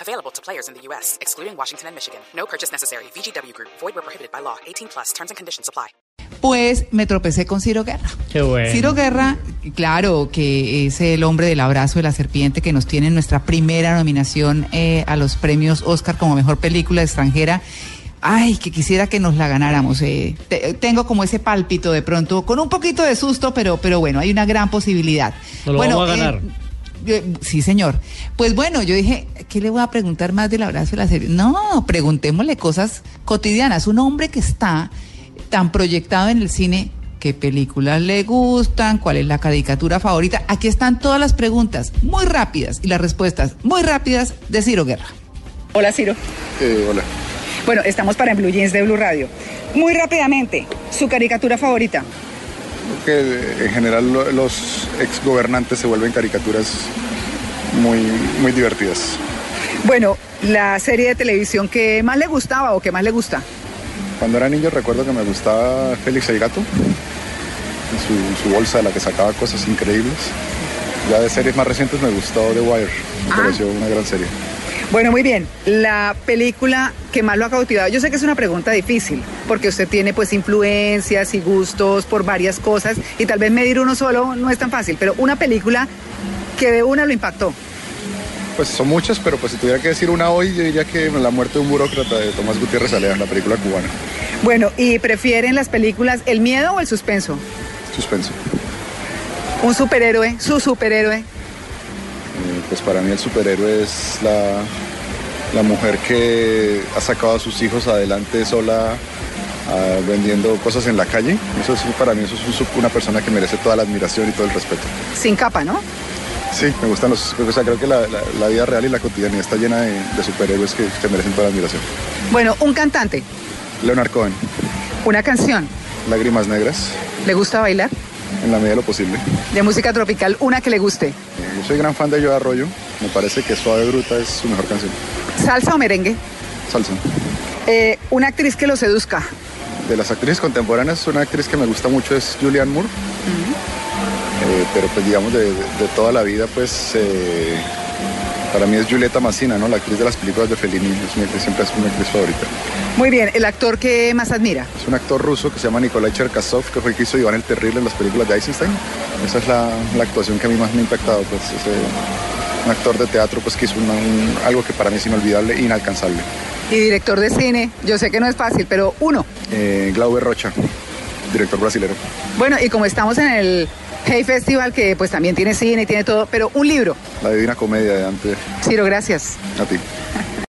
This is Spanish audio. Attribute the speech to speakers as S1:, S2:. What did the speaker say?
S1: Available to players in the U.S., excluding Washington and Michigan. No purchase necessary. VGW Group, void were prohibited by law. 18 plus terms and conditions apply.
S2: pues me tropecé con Ciro Guerra.
S3: Qué bueno.
S2: Ciro Guerra, claro, que es el hombre del abrazo de la serpiente que nos tiene en nuestra primera nominación eh, a los premios Oscar como mejor película extranjera. Ay, que quisiera que nos la ganáramos. eh. Te- tengo como ese pálpito de pronto, con un poquito de susto, pero, pero bueno, hay una gran posibilidad.
S3: Nos lo
S2: bueno, eh,
S3: vamos a ganar.
S2: yo- Sí, señor. Pues bueno, yo dije, ¿qué le voy a preguntar más del abrazo de la serie? No, preguntémosle cosas cotidianas. Un hombre que está tan proyectado en el cine, ¿qué películas le gustan? ¿Cuál es la caricatura favorita? Aquí están todas las preguntas, muy rápidas, y las respuestas muy rápidas de Ciro Guerra.
S4: Hola Ciro.
S5: Eh, hola.
S4: Bueno, estamos para en Blue Jeans de Blue Radio. Muy rápidamente, su caricatura favorita.
S5: Creo que eh, en general lo- los exgobernantes se vuelven caricaturas muy, muy divertidas.
S4: Bueno, la serie de televisión que más le gustaba o que más le gusta.
S5: Cuando era niño recuerdo que me gustaba Félix el Gato, su, su bolsa de la que sacaba cosas increíbles. Ya de series más recientes me gustó The Wire, me
S4: Ah.
S5: pareció una gran serie.
S4: Bueno, muy bien. La película que más lo ha cautivado. Yo sé que es una pregunta difícil, porque usted tiene pues influencias y gustos por varias cosas y tal vez medir uno solo no es tan fácil, pero una película que de una lo impactó.
S5: Pues son muchas, pero pues si tuviera que decir una hoy, yo diría que La muerte de un burócrata de Tomás Gutiérrez Alea, la película cubana.
S4: Bueno, ¿y prefieren las películas el miedo o el suspenso?
S5: Suspenso.
S4: Un superhéroe, su superhéroe.
S5: Eh, Pues para mí el superhéroe es la, la mujer que ha sacado a sus hijos adelante sola ah, vendiendo cosas en la calle. Eso es, para mí eso es un sup- una persona que merece toda la admiración y todo el respeto.
S4: Sin capa, ¿no?
S5: Sí, me gustan los... O sea, creo que la, la- la vida real y la cotidianidad está llena de, de superhéroes que, que merecen toda la admiración.
S4: Bueno, un cantante,
S5: Leonard Cohen,
S4: una canción.
S5: Lágrimas Negras,
S4: ¿Le gusta bailar?
S5: en la medida de lo posible.
S4: De música tropical, una que le guste.
S5: Eh, Yo soy gran fan de Joe Arroyo. Me parece que Suave Bruta es su mejor canción.
S4: Salsa o merengue.
S5: Salsa.
S4: Eh, una actriz que lo seduzca.
S5: De las actrices contemporáneas, una actriz que me gusta mucho es Julianne Moore. Eh, pero pues digamos de, de toda la vida, pues eh, para mí es Julieta Massina, ¿no? La actriz de las películas de Fellini, es mi actriz- siempre es mi actriz favorita.
S4: Muy bien, el actor que más admira.
S5: Es un actor ruso que se llama Nikolai Cherkasov, que fue el que hizo Iván el Terrible en las películas de Eisenstein. Esa es la, la actuación que a mí más me ha impactado, pues es, eh, un actor de teatro pues que hizo una- un- algo que para mí es inolvidable e inalcanzable.
S4: Y director de cine, yo sé que no es fácil, pero uno.
S5: Eh, Glauber Rocha, director brasilero.
S4: Bueno, y como estamos en el Hey Festival, que pues también tiene cine y tiene todo, pero un libro.
S5: La Divina Comedia de Dante,
S4: Ciro, gracias.
S5: a ti.